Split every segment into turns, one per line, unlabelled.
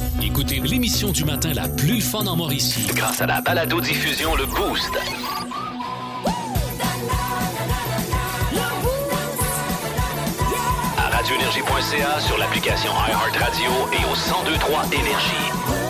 Écoutez l'émission du matin la plus fun en Mauricie.
Grâce à la balado-diffusion Le Boost. À radioénergie.ca, sur l'application iHeartRadio et au 1023 Énergie.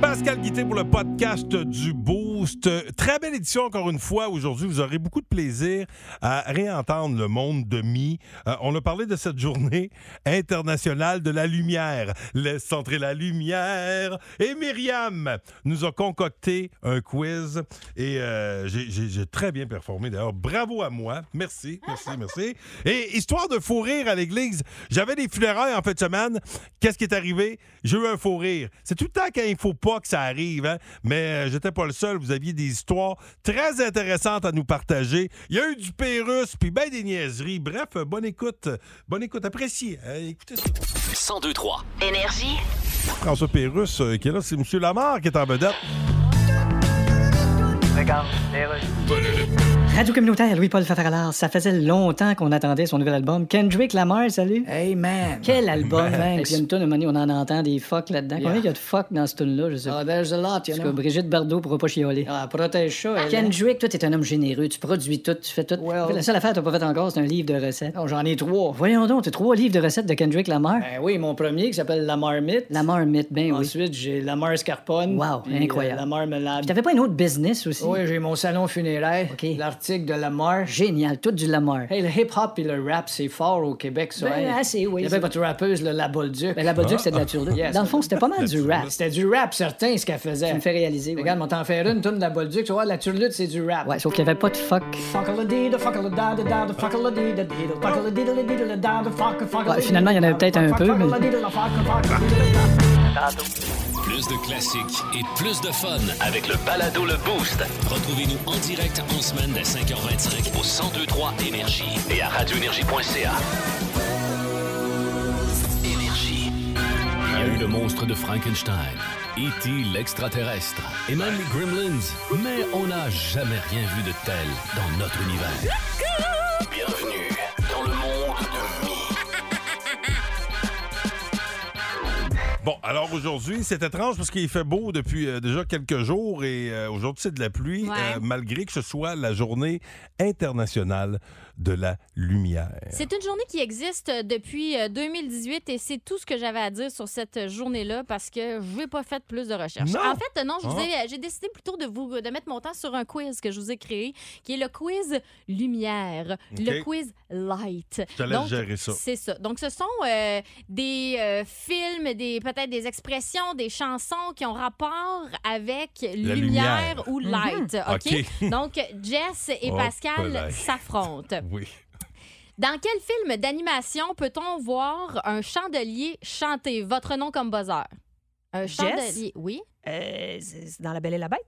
Pascal Guité pour le podcast du Boost. Euh, Très belle édition encore une fois aujourd'hui. Vous aurez beaucoup de plaisir à réentendre le monde de mi. Euh, on a parlé de cette journée internationale de la lumière. Laisse entrer la lumière. Et Myriam nous a concocté un quiz et euh, j'ai- j'ai j'ai très bien performé d'ailleurs. Bravo à moi. Merci, merci, merci. Et histoire de fou rire à l'église, j'avais des funérailles en fin de semaine. Qu'est-ce qui est arrivé? J'ai eu un faux rire. C'est tout le temps quand il faut pas que ça arrive, hein? mais euh, j'étais pas le seul. Vous aviez des histoires très intéressantes à nous partager. Il y a eu du Pérus, puis ben des niaiseries. Bref, euh, bonne écoute. euh, Bonne écoute. Appréciez. Euh, écoutez ça.
1023.
Énergie.
François Pérus euh, qui est là, c'est M. Lamar qui est en vedette.
Radio communautaire, Louis-Paul Fafaralard. Ça faisait longtemps qu'on attendait son nouvel album. Kendrick Lamar, salut.
Hey man.
Quel album,
Thanks.
Avec une tonne de money, on en entend des fuck là-dedans. Combien il y a de fuck dans ce tune là je sais pas.
Oh, there's a lot, you
Parce que
know.
Brigitte Bardot pourra pas chialer.
Ah, protège ça, elle. hein.
Kendrick, toi, t'es un homme généreux. Tu produis tout, tu fais tout.
Well.
La seule affaire que t'as pas fait encore, c'est un livre de recettes.
Non, J'en ai trois.
Voyons donc, t'as trois livres de recettes de Kendrick Lamar.
Ben oui, mon premier qui s'appelle La Marmite.
La marmite, ben oui.
Ensuite, j'ai La Mar Scarpone.
Wow,
puis,
incroyable.
euh, la Marmelade.
Puis t'avais pas un autre business aussi?
Oui, j'ai mon salon funéraire.
OK.
L'article de La Mar.
Génial, tout du Lamar.
Hey, le hip-hop et le rap, c'est fort au Québec, ça.
Ben,
hey.
assez, oui,
Il y
ça.
avait votre rappeuse, là, La Bolduc.
Ben, la Bolduc, c'était de la turlute.
Yes.
Dans le fond, c'était pas mal du rap.
C'était du rap, certain, ce qu'elle faisait.
Ça me fait réaliser, oui.
Regarde, on t'en faire une, tourne de La Bolduc. Tu vois, la turlute, c'est du rap.
Ouais, sauf qu'il y avait pas de fuck. Ouais, finalement, il y en avait peut-être un peu, mais-
Plus de classiques et plus de fun.
Avec le balado Le Boost.
Retrouvez-nous en direct en semaine dès 5h25
Au 1023 Énergie et à radioénergie.ca. Énergie.
Il y a eu le monstre de Frankenstein, E.T. l'extraterrestre et même les Gremlins. Mais on n'a jamais rien vu de tel dans notre univers.
Bienvenue dans le monde de Mi.
Bon, alors aujourd'hui, c'est étrange parce qu'il fait beau depuis euh, déjà quelques jours et euh, aujourd'hui, c'est de la pluie,
Ouais.
euh, malgré que ce soit la journée internationale de la lumière.
C'est une journée qui existe depuis euh, 2018 et c'est tout ce que j'avais à dire sur cette euh, journée-là parce que je n'ai pas fait plus de recherches.
Non.
En fait, euh, non, je vous
Ah.
ai- j'ai décidé plutôt de vous de mettre mon temps sur un quiz que je vous ai créé, qui est le quiz lumière, le
Ok.
quiz light.
Je te laisse
Donc,
gérer ça.
C'est ça. Donc, ce sont euh, des euh, films, des peut-être des expressions, des chansons qui ont rapport avec lumière,
lumière.
ou light.
Ok.
OK? Donc, Jess et
Oh,
Pascal
belay.
s'affrontent.
Oui.
Dans quel film d'animation peut-on voir un chandelier chanter votre nom comme buzzer? Un chandelier, oui.
Euh, c'est c'est dans La Belle et la Bête.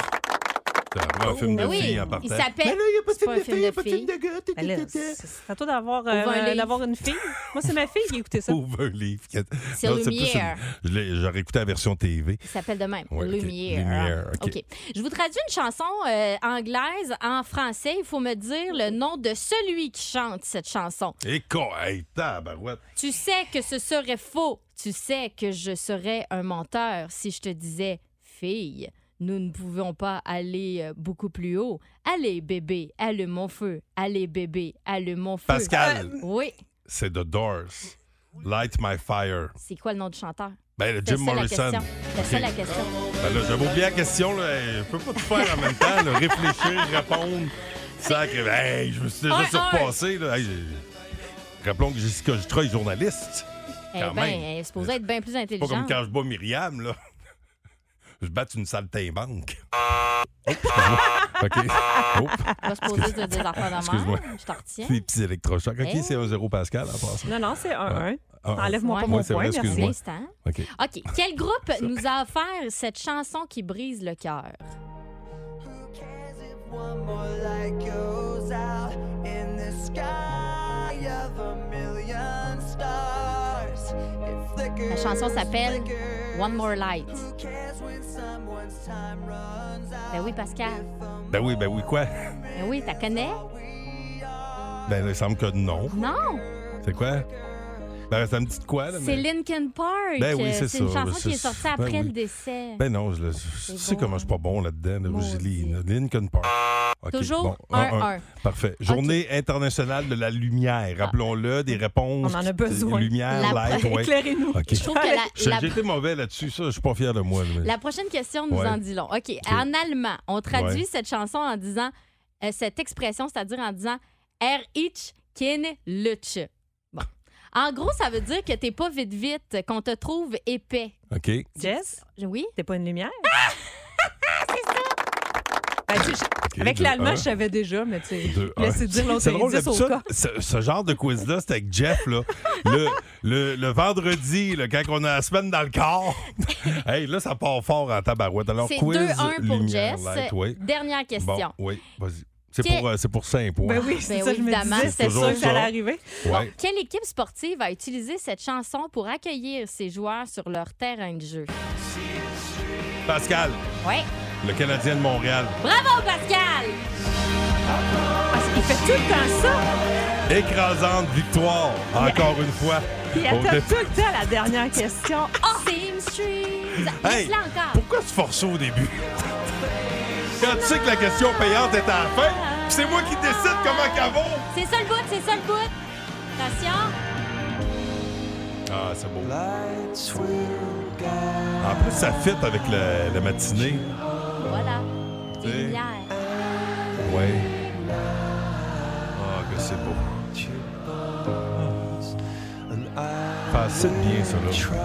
C'est vraiment Euh, Ah, un film de
Ben oui,
filles en
il
partant.
s'appelle-
Mais là, il n'y a pas de
c'est
film de filles, il n'y a pas de film
filles.
de gars. tu,
Ben là,
tu, tu,
c'est
tu.
c'est à toi d'avoir euh,
Ouvre un livre.
d'avoir une fille. Moi, c'est ma fille qui a écouté ça.
Ouvre un livre.
C'est
Non, c'est plus une-
Lumière.
Je l'ai- J'aurais écouté la version TV.
Il s'appelle de même.
Ouais, ok.
Lumière.
Lumière, ok.
Je vous traduis une chanson euh, anglaise en français. Il faut me dire le nom de celui qui chante cette chanson.
Et quoi? Hey, tabarouette.
Tu sais que ce serait faux. Tu sais que je serais un menteur si je te disais fille. Nous ne pouvons pas aller euh, beaucoup plus haut. Allez, bébé, allume mon feu. Allez, bébé, allume mon feu.
Pascal,
Oui.
c'est The Doors. Light My Fire.
C'est quoi le nom du chanteur?
Ben, le
C'est
Jim
ça la
Morrison.
question. C'est ça
Ok.
la question.
Ben là, j'avais oublié la question, là. Je peux pas tout faire en même temps, là. réfléchir, répondre. Sacré. Hey, je me suis déjà
Un, un.
surpassé, là. Hey, j'ai- Rappelons que Jessica Jutra est journaliste.
Eh
Quand
ben,
même.
elle est supposée être bien plus
Pas comme
intelligente.
quand je bats Myriam, là. je batte une saltimbanque. Oups, OK. Oups.
Pas supposé de dire des affaires de
Excuse-moi.
même. Je t'en retiens. Eh.
Des petits électrochocs. OK,
Hey.
c'est un 0 Pascal en passant.
Non, non, c'est un 1.
Ah, ah.
Enlève-moi
Ouais.
pas mon
Ouais, c'est
point,
vrai,
merci.
excuse-moi.
Instant.
OK.
OK. Quel groupe nous a offert cette chanson qui brise le cœur? La chanson s'appelle One More Light. Ben oui, Pascal.
Ben oui, ben oui, quoi?
Ben oui, t'as connais?
Oh. Ben, il semble que non.
Non!
C'est quoi? Ben, ça me dit de quoi, là?
C'est
mais-
Linkin Park.
Ben oui, c'est
c'est une
ça, là,
chanson qui
c'est-
est sortie
ben
après
oui.
le décès.
Ben non, je, le- je- tu sais
bon.
comment je suis pas bon là-dedans. là, je lis, là. Lincoln Park. OK,
Toujours
bon,
un, un. Ah.
Parfait. Journée internationale de la lumière. Rappelons-le, des réponses.
On en a besoin.
Lumière,
La-
light, ouais.
Éclairez-nous.
OK.
Je trouve que la-
J'ai
la,
été mauvais là-dessus, ça. Je suis pas fier de moi. là, mais-
La prochaine question nous
Ouais.
en dit long. OK. En allemand, on traduit cette chanson en disant, euh, cette expression, c'est-à-dire en disant Er ich kin lutsch. Bon. En gros, ça veut dire que t'es pas vite vite, qu'on te trouve épais.
OK.
Jess,
Oui? Ah,
t'es pas une lumière? Ben, tu sais, je-
OK,
avec
deux,
l'allemand,
un.
je savais déjà, mais tu sais,
Deux,
laissez
un.
dire l'autre
C'est drôle,
indice au
d'habitude,
cas.
ce, ce genre de quiz-là, c'est avec Jeff, là. Le, le, le vendredi, là, quand on a la semaine dans le corps. hey, là, ça part fort en tabarouette. Alors,
C'est
quiz,
2-1 pour
lumière,
Jess.
light, ouais.
Dernière
Bon,
question.
oui, vas-y. C'est
Qui-
pour, euh, c'est pour 5 points.
Ben oui, c'est
Ben
ça,
oui,
je me
évidemment,
disais,
c'est
c'était sûr
toujours
que ça allait
ça.
arriver.
Ouais.
Quelle équipe sportive a utilisé cette chanson pour accueillir ses joueurs sur leur terrain de jeu?
Pascal,
Ouais.
le Canadien de Montréal.
Bravo, Pascal!
Parce qu'il fait tout le temps ça.
Écrasante victoire, encore une fois.
Il
au
attend
dé-
tout le temps la dernière question.
Sim Oh! Street!
Hey,
Laisse-la encore.
pourquoi tu forces au début? Quand tu sais que la question payante est à la fin, pis c'est moi qui décide comment qu'elle vaut.
C'est ça le bout, c'est ça le bout. Attention.
Ah, c'est beau. En plus, ça fit avec la, la matinée.
Voilà. C'est
T'sais.
une lumière.
Ouais. Ah, que c'est beau. Passez bien, ça, là.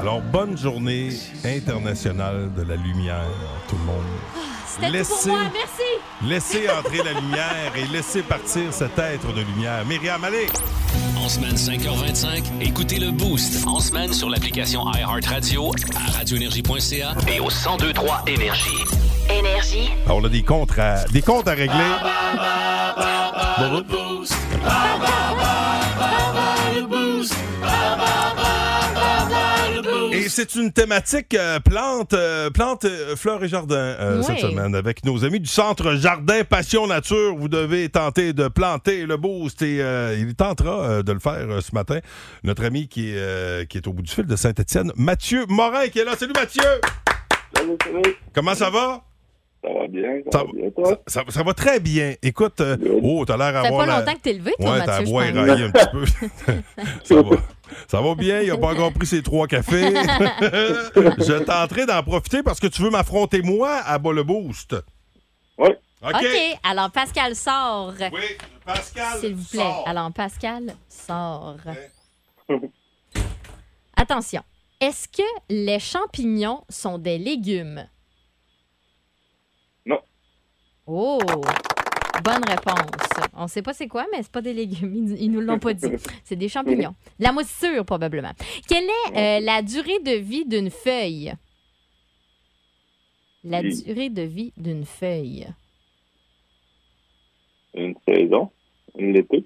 Alors, bonne journée internationale de la lumière, tout le monde.
C'était tout
Laissez-
pour moi. Merci.
Laissez entrer la lumière et laissez partir cet être de lumière. Myriam, allez!
En semaine 5h25, écoutez le Boost.
En semaine sur l'application iHeartRadio
à radioénergie.ca.
et au 1023 Énergie.
Énergie.
Alors, on a des comptes à, des comptes à régler. Et c'est une thématique euh, plante, euh, plante, euh, fleurs et jardins euh,
Oui.
cette semaine avec nos amis du Centre Jardin Passion Nature. Vous devez tenter de planter le boost et euh, il tentera euh, de le faire euh, ce matin. Notre ami qui est, euh, qui est au bout du fil de Saint-Étienne, Mathieu Morin, qui est là. Salut Mathieu! Comment ça va?
Ça va bien, ça,
Ça-
va bien, toi?
Ça, ça va très bien. Écoute, euh, oh, t'as l'air
Ça fait
d'avoir
pas
la-
longtemps que t'es levé, toi,
Ouais, t'as la
Mathieu.
voix
je pense.
éraillée un petit peu. ça, va, ça va bien, il a pas encore pris ses trois cafés. Je tenterai d'en profiter parce que tu veux m'affronter moi à bas le boost.
Oui.
OK.
OK. Alors, Pascal sort.
Oui, Pascal.
S'il vous plaît.
sort.
Alors, Pascal sort.
Ouais.
Attention. Est-ce que les champignons sont des légumes?
Non.
Oh! Bonne réponse. On sait pas c'est quoi, mais c'est pas des légumes. Ils, ils nous l'ont pas dit. C'est des champignons. De la moisissure, probablement. Quelle est euh, la durée de vie d'une feuille? La
Oui.
durée de vie d'une feuille.
Une saison, l'été.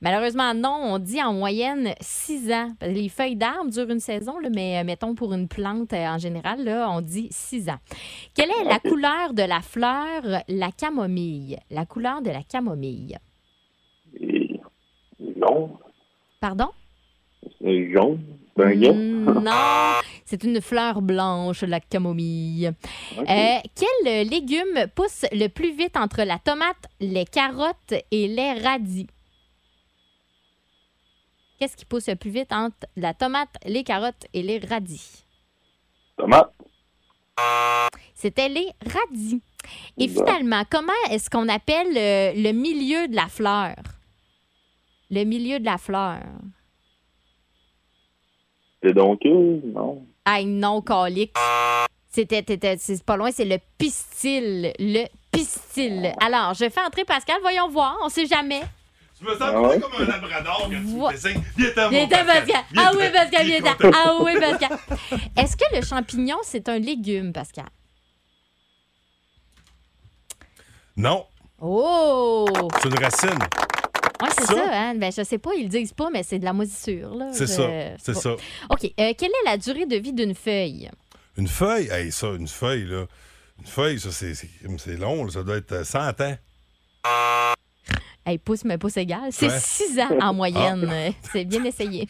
Malheureusement, non. On dit en moyenne 6 ans. Parce que Les feuilles d'arbres durent une saison, là, mais euh, mettons pour une plante euh, en général, là, on dit 6 ans. Quelle est la couleur de la fleur, la camomille? La couleur de la camomille.
Et jaune,
Pardon?
c'est jaune, ben gars.
Mm, Non, c'est une fleur blanche, la camomille.
Ok.
Euh, quel légume pousse le plus vite entre la tomate, les carottes et les radis? Qu'est-ce qui pousse le plus vite entre la tomate, les carottes et les radis?
Tomate,
C'était les radis. Et
Bon.
finalement, comment est-ce qu'on appelle euh, le milieu de la fleur? Le milieu de la fleur.
c'est donc, euh, non.
Hey, non, colique. C'était, t'étais- c'est pas loin, c'est le pistil. Le pistil. Alors, je fais entrer Pascal, voyons voir, on sait jamais.
Tu me sens
Ah ouais?
comme un labrador quand tu
Voi-
me dessines. Viens t'en,
Viens
mon
t'en,
Pascal.
Pascal.
Viens
Ah
t'en.
oui, Pascal,
Il est
viens t'en.
content.
Ah oui, Pascal. Est-ce que le champignon, c'est un légume, Pascal?
Non,
Oh!
c'est une racine.
Ouais, c'est
Ça?
ça, hein? Ben, je sais pas, ils le disent pas, mais c'est de la moisissure, là.
C'est
Je-
ça. C'est
bon.
ça.
OK. euh, quelle est la durée de vie d'une feuille?
Une feuille, hey, ça, une feuille, là. Une feuille, ça, c'est, c'est, c'est long, là. ça doit être euh, 100 ans.
Hey, pouce, mais pouce égal. C'est
Ouais.
6 ans en moyenne. Euh, C'est bien essayé.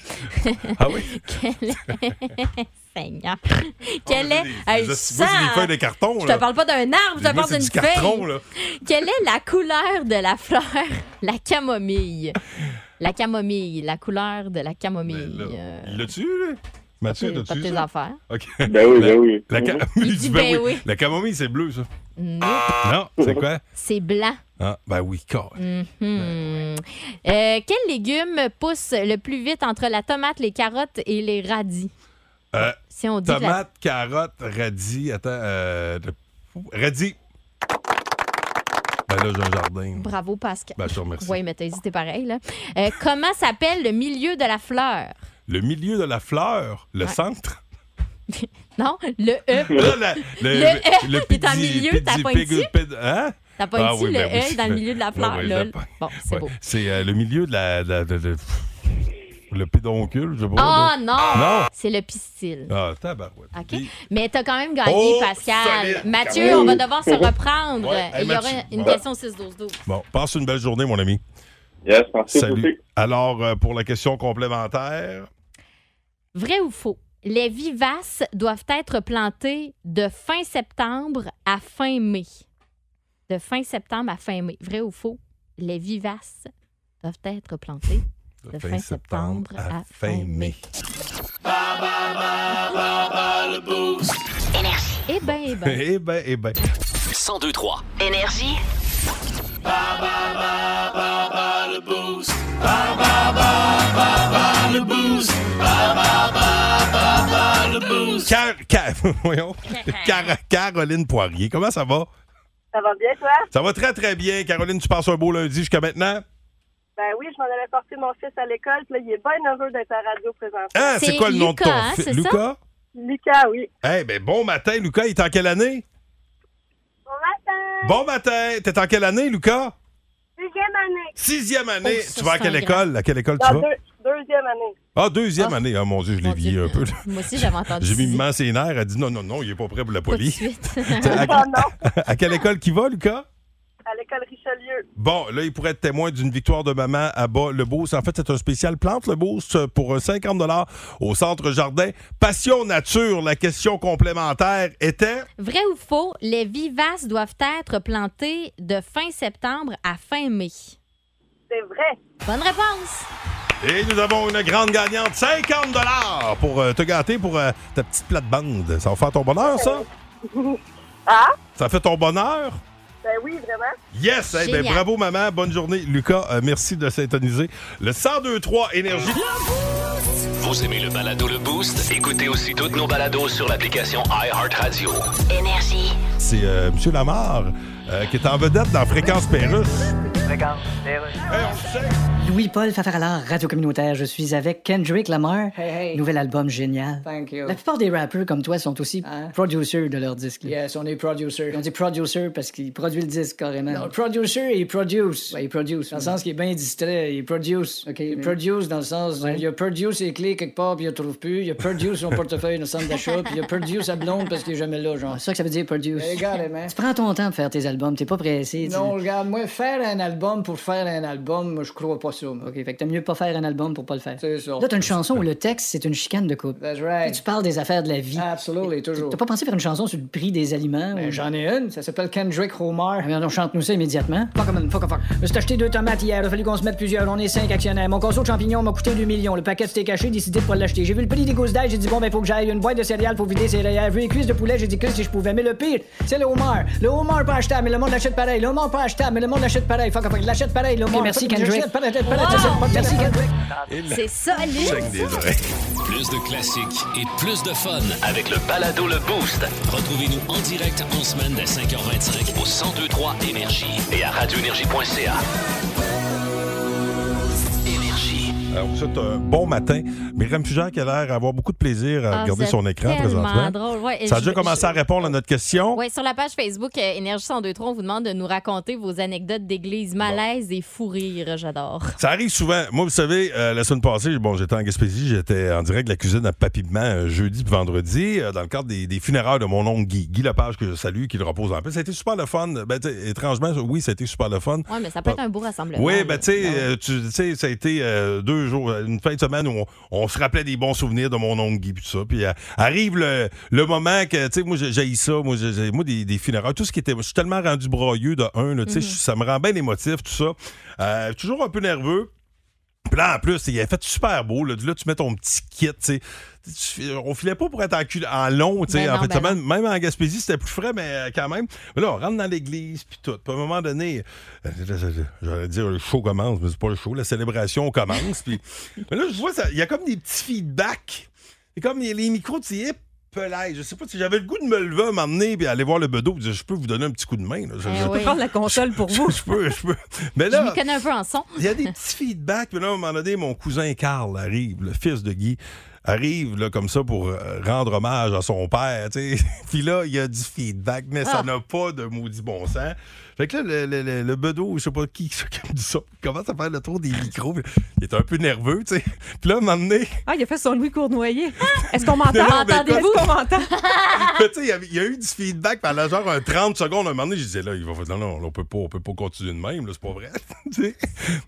Ah oui?
Quelle est. Seigneur. Quelle
Oh,
est. Hey,
Je sais
cent
pas, c'est des feuilles de carton,
Je
là.
te parle pas d'un arbre, je te
Moi,
parle
c'est
d'une
du carton,
feuille.
là.
Quelle est la couleur de la fleur? La camomille. La camomille, la couleur de la camomille.
là,
Euh,
Il l'a-tu, là? Mathieu,
pas
l'as-tu,
tes
ça?
affaires.
OK.
Ben oui, ben oui.
La, ca- Il dit,
dit
ben
ben
oui.
oui.
La camomille, c'est bleu, ça. Ah!
Non,
Non, c'est quoi?
c'est blanc.
Ah, ben oui, car.
Mhm. Euh, quel légume pousse le plus vite entre la tomate, les carottes et les radis?
Euh,
Si on dit que la-
tomate, carotte, radis. Attends, euh, le- radis. Ben là, j'ai un jardin.
Bravo, Pascal.
Ben, je te remercie.
Oui, mais t'as hésité pareil. Là. Euh, comment s'appelle le milieu de la fleur?
Le milieu de la fleur, le
Ouais.
centre.
Non, le E.
Là, la-
Le- est en
pidi-
milieu, t'as
pidi-
pas dit?
pig- pid- Hein?
T'as pas
Ah
dit
oui,
le
ben oui, ben
E dans le
mais-
milieu de la fleur?
Ouais, ouais,
lol.
je l'ai
Bon, c'est
Ouais.
beau.
C'est euh, le milieu de la. de la- de- de- le pédoncule, je sais pas.
Ah
là.
non!
Non!
C'est le pistil.
Ah, tabarouette.
OK.
Puis-
Mais t'as quand même gagné,
Oh,
Pascal.
solide.
Mathieu, on va devoir se reprendre.
Ouais. Hey,
Il y aura
Mathieu.
une
Bon.
question 6-12-12.
Bon, passe une belle journée, mon ami.
Yes, merci
Salut. Alors, euh, pour la question complémentaire,
Vrai ou faux? Les vivaces doivent être plantées de fin septembre à fin mai. De fin septembre à fin mai. Vrai ou faux? Les vivaces doivent être plantées de fin septembre à fin mai.
Énergie.
Eh bien, eh bien.
Eh ben, eh ben.
1023.
Énergie.
Car- Car- voyons. Car- Caroline Poirier, comment ça va?
Ça va bien, toi?
Ça va très, très bien. Caroline, tu passes un beau lundi jusqu'à maintenant?
Ben oui, je m'en allais porter mon fils à l'école, puis là, il est bien heureux d'être à la radio présentement.
Hein, c'est
C'est
quoi le nom
Lucas,
de ton
hein,
fils?
c'est ça?
Lucas?
Lucas, oui.
Eh ben, bon matin, Lucas. Il est en quelle année?
Bon matin!
Bon matin. T'es en quelle année, Lucas?
Deuxième année.
Sixième année.
Oh, ça,
tu vas à
c'est
quelle
un grand.
école? À quelle école tu
Dans
vas?
deux- deuxième année.
Ah, deuxième
Ah.
année. Ah, mon Dieu, je l'ai
Mon Dieu.
vieilli un peu. là.
Moi aussi, j'avais entendu
J'ai mis
ça.
main ses nerfs. Elle dit non, non, non, il est pas prêt pour la
Pas de
police.
suite.
à,
Oh non!
à quelle école qui va, Lucas?
À l'école Richelieu.
Bon, là, il pourrait être témoin d'une victoire de maman à bas le Beauce. En fait, c'est un spécial plante le Beauce pour 50 au Centre Jardin. Passion nature, la question complémentaire était...
Vrai ou faux? Les vivaces doivent être plantées de fin septembre à fin mai.
C'est vrai.
Bonne réponse!
Et nous avons une grande gagnante, 50 pour euh, te gâter pour euh, ta petite plate-bande. Ça va faire ton bonheur, ça?
Ah?
Ça fait ton bonheur?
Ben oui, vraiment.
Yes! Eh ben,
Génial.
bravo, maman. Bonne journée. Lucas, euh, merci de s'intoniser. Le 102-3 Énergie.
Vous aimez le balado Le Boost? Écoutez aussi toutes nos balados sur l'application iHeartRadio.
Énergie.
C'est euh, M. Lamarre euh, qui est en vedette dans Fréquence Pérusse.
Louis-Paul Fafaralard, radio communautaire. Je suis avec Kendrick Lamar.
Hey, hey.
Nouvel album génial.
Thank you.
La plupart des rappeurs comme toi sont aussi
Hein?
producers de leurs disques. là.
Yes, euh, on est producer.
Ils ont dit producer parce qu'ils produisent le disque carrément.
Non, le producer, il produce. il produce. Dans le sens qu'il est bien distrait, il produce.
OK,
il
mais-
produce dans le sens,
Ouais.
il a produce ses clés quelque part, puis il ne trouve plus. Il a produce son portefeuille dans le centre d'achat, puis il a produce sa blonde parce qu'il est jamais là, genre.
C'est ça que ça veut dire produce.
Eh, Regarde, man.
Tu prends ton temps pour faire tes albums, t'es pas pressé. tu-
Non, regarde, moi, faire un album pour faire un album, moi, je crois pas ça. moi.
OK, fait que t'aimes mieux pas faire un album pour pas le faire.
C'est ça.
Là, t'as une chanson où le texte, c'est une chicane de couple.
That's
Puis
right.
Tu parles des affaires de la vie.
Absolutely, toujours.
T'as pas pensé faire une chanson sur le prix des aliments?
Ben,
ou-
J'en ai une, ça s'appelle Kendrick Homer.
Ah, Regarde, on chante nous ça immédiatement. Fuck, man, fuck, fuck.
Je me suis acheté deux tomates hier, il a fallu qu'on se mette plusieurs, on est cinq actionnaires. Mon conso de champignons m'a coûté 2 millions, le paquet c'était caché, décidé de pas l'acheter. J'ai vu le prix des gousses d'ail, j'ai dit bon ben faut que j'aille, une boîte de céréales pour vider céréales. Vu les cuisses de poulet, j'ai dit que si je pouvais. Mais le pire, c'est le homard. Le homard pas achetable, mais le monde l'achète pareil. Le homard pas achetable, mais le monde l'achète pareil. Fuck, fuck, l'achète pareil, le homard.
merci,
Fuck, je
Kendrick.
l'achète pareil, l'achète
On
Merci, Kendrick.
C'est solide.
Plus de classiques et plus de fun avec le balado Le Boost. Retrouvez-nous en direct en semaine dès 5h25 au 1023 Énergie et à radioénergie.ca.
Alors, vous souhaite un bon matin. Myriam Fugère qui a l'air d'avoir beaucoup de plaisir à
Ah,
regarder
vous
son
êtes
écran
tellement
présentement.
drôle. Ouais, et
Ça a
je-
déjà commencé
je-
à répondre à notre question.
Ouais, sur la page Facebook euh, Énergie 1023, on vous demande de nous raconter vos anecdotes d'église malaise et fou rire. J'adore.
Ça arrive souvent. Moi, vous savez, euh, la semaine passée, bon, j'étais en Gaspésie, j'étais en direct de la cuisine à Papy Maman, euh, jeudi puis vendredi, euh, dans le cadre des, des funérailles de mon oncle Guy. Guy Lepage, que je salue, qui le repose en paix. Ça a été super le fun. Ben, tu sais, étrangement, oui, ça a été super le fun.
Oui, mais ça peut être un beau rassemblement.
Oui,
là.
ben tu sais, euh, tu tu sais, ça a été euh, deux jours, une fin de semaine où on, on se rappelait des bons souvenirs de mon oncle Guy, puis tout ça. Puis euh, arrive le, le moment que, tu sais, moi, j'ai j'haïs ça, moi, j'ai- j'ai- moi des, des funérailles, tout ce qui était. Je suis tellement rendu broyeux de un, là, tu sais,
Mhm.
je- ça me rend bien émotif, tout ça. Euh, toujours un peu nerveux. Puis là, en plus, il a fait super beau. Là, là tu mets ton petit kit, tu sais. Tu- On filait pas pour être en, cul- en long, tu sais.
Ben
En
non,
fait,
ben
semaine, même en Gaspésie, c'était plus frais, mais euh, quand même. Mais là, on rentre dans l'église, puis tout. Puis à un moment donné, euh, j'allais dire le show commence, mais c'est pas le show, la célébration commence. puis mais là, je vois, ça- il y a comme des petits feedbacks. C'est comme les, les micros, tu sais, pelage. Je sais pas si j'avais le goût de me lever, m'emmener, puis aller voir le bedeau, puis dire, je peux vous donner un petit coup de main. là. Je, je-
On peut prendre la console pour vous.
Eh je peux, je peux. Mais
Je
ben là,
m'y connais un peu en son.
il y a des petits feedbacks. Mais là, à un moment donné, mon cousin Carl arrive, le fils de Guy, arrive là, comme ça pour euh, rendre hommage à son père. tu sais. Puis là, il y a du feedback, mais ça
Ah.
n'a pas de maudit bon sens. Fait que là, le, le, le- le bedeau, je sais pas qui, qui me dit ça, il commence à faire le tour des micros. Il est un peu nerveux, tu sais. Puis là, à un moment donné,
Ah, il a fait son Louis Cournoyer.
Ah!
Est-ce qu'on m'entend?
Non, mais M'entendez-vous?
Est-ce qu'on m'entend?
Mais tu sais, il y avait- il y a eu du feedback pendant genre un 30 secondes. À un moment donné, je disais, là, il va faire, non, non, on peut pas, on peut pas continuer de même, là, c'est pas vrai. Tu sais.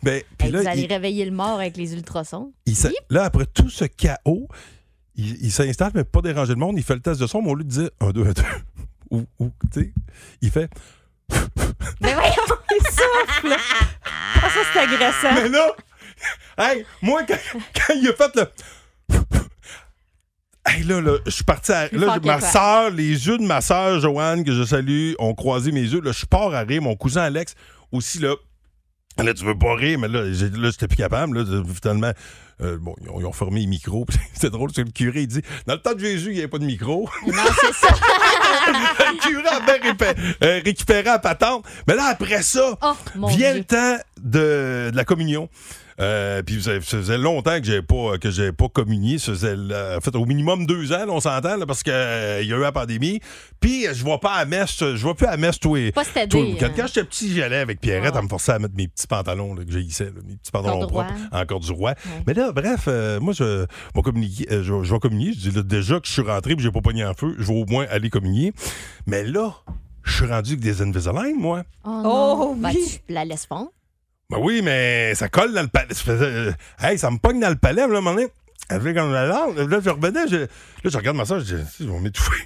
Ben, puis
Hey,
là,
vous allez
il-
réveiller le mort avec les ultrasons.
Il s'in- là, après tout ce chaos, il, il s'installe, mais pas déranger le monde. Il fait le test de son, mais au lieu de dire 1, 2, 1, 2, ou, ou, tu sais, il fait.
Mais voyons, il souffle. Ah, ça, c'est agressant.
Mais là, hey, moi, quand, quand il a fait le. Hey, là, là, je suis parti à.
Plus
Là,
fort que
ma
toi.
soeur, les yeux de ma soeur, Joanne, que je salue, ont croisé mes yeux. Là, je pars à rire. Mon cousin Alex, aussi, là. Là, tu veux pas rire, mais là, j'ai- là j'étais plus capable. Là, de- finalement, euh, bon, ils ont, ils ont fermé les micros. C'était drôle, c'est le curé, il dit Dans le temps de Jésus, il n'y avait pas de micro. le curé a bien répé- euh, récupéré à patente. Mais là, après ça,
Oh,
mon
vient
Dieu.
le temps de, de la communion. Euh, puis ça, ça faisait longtemps que j'avais pas que j'avais pas communié. Ça faisait, euh, en fait, au minimum deux ans, là, on s'entend, là, parce que euh, il y a eu la pandémie. Puis euh, je vois pas à messe, je vois plus à messe tous les.
Pas c'est-à-dire,
tous les week-ends.
hein.
Quand j'étais petit, j'allais avec Pierrette, elle me forçait à mettre mes petits pantalons là, que j'haïssais, là, mes petits pantalons
Encore du
propres,
roi.
encore du roi. Mais là, bref, euh, moi, je vais communiquer, euh, je, vais- je vais communier. Je dis là, déjà que je suis rentré, puis j'ai pas pogné en feu, je vais au moins aller communier. Mais là, je suis rendu avec des Invisalign, moi.
Oh, non.
Oh,
Ben,
oui.
tu la laisses fondre.
Ben oui, mais ça colle dans le palais. Ça faisait, euh, hey, ça me pogne dans le palais, là, à un moment donné. Elle fait comme la langue. Là, je revenais. Je, là, je regarde ma soeur. Je dis, Si, ils vont m'étouffer.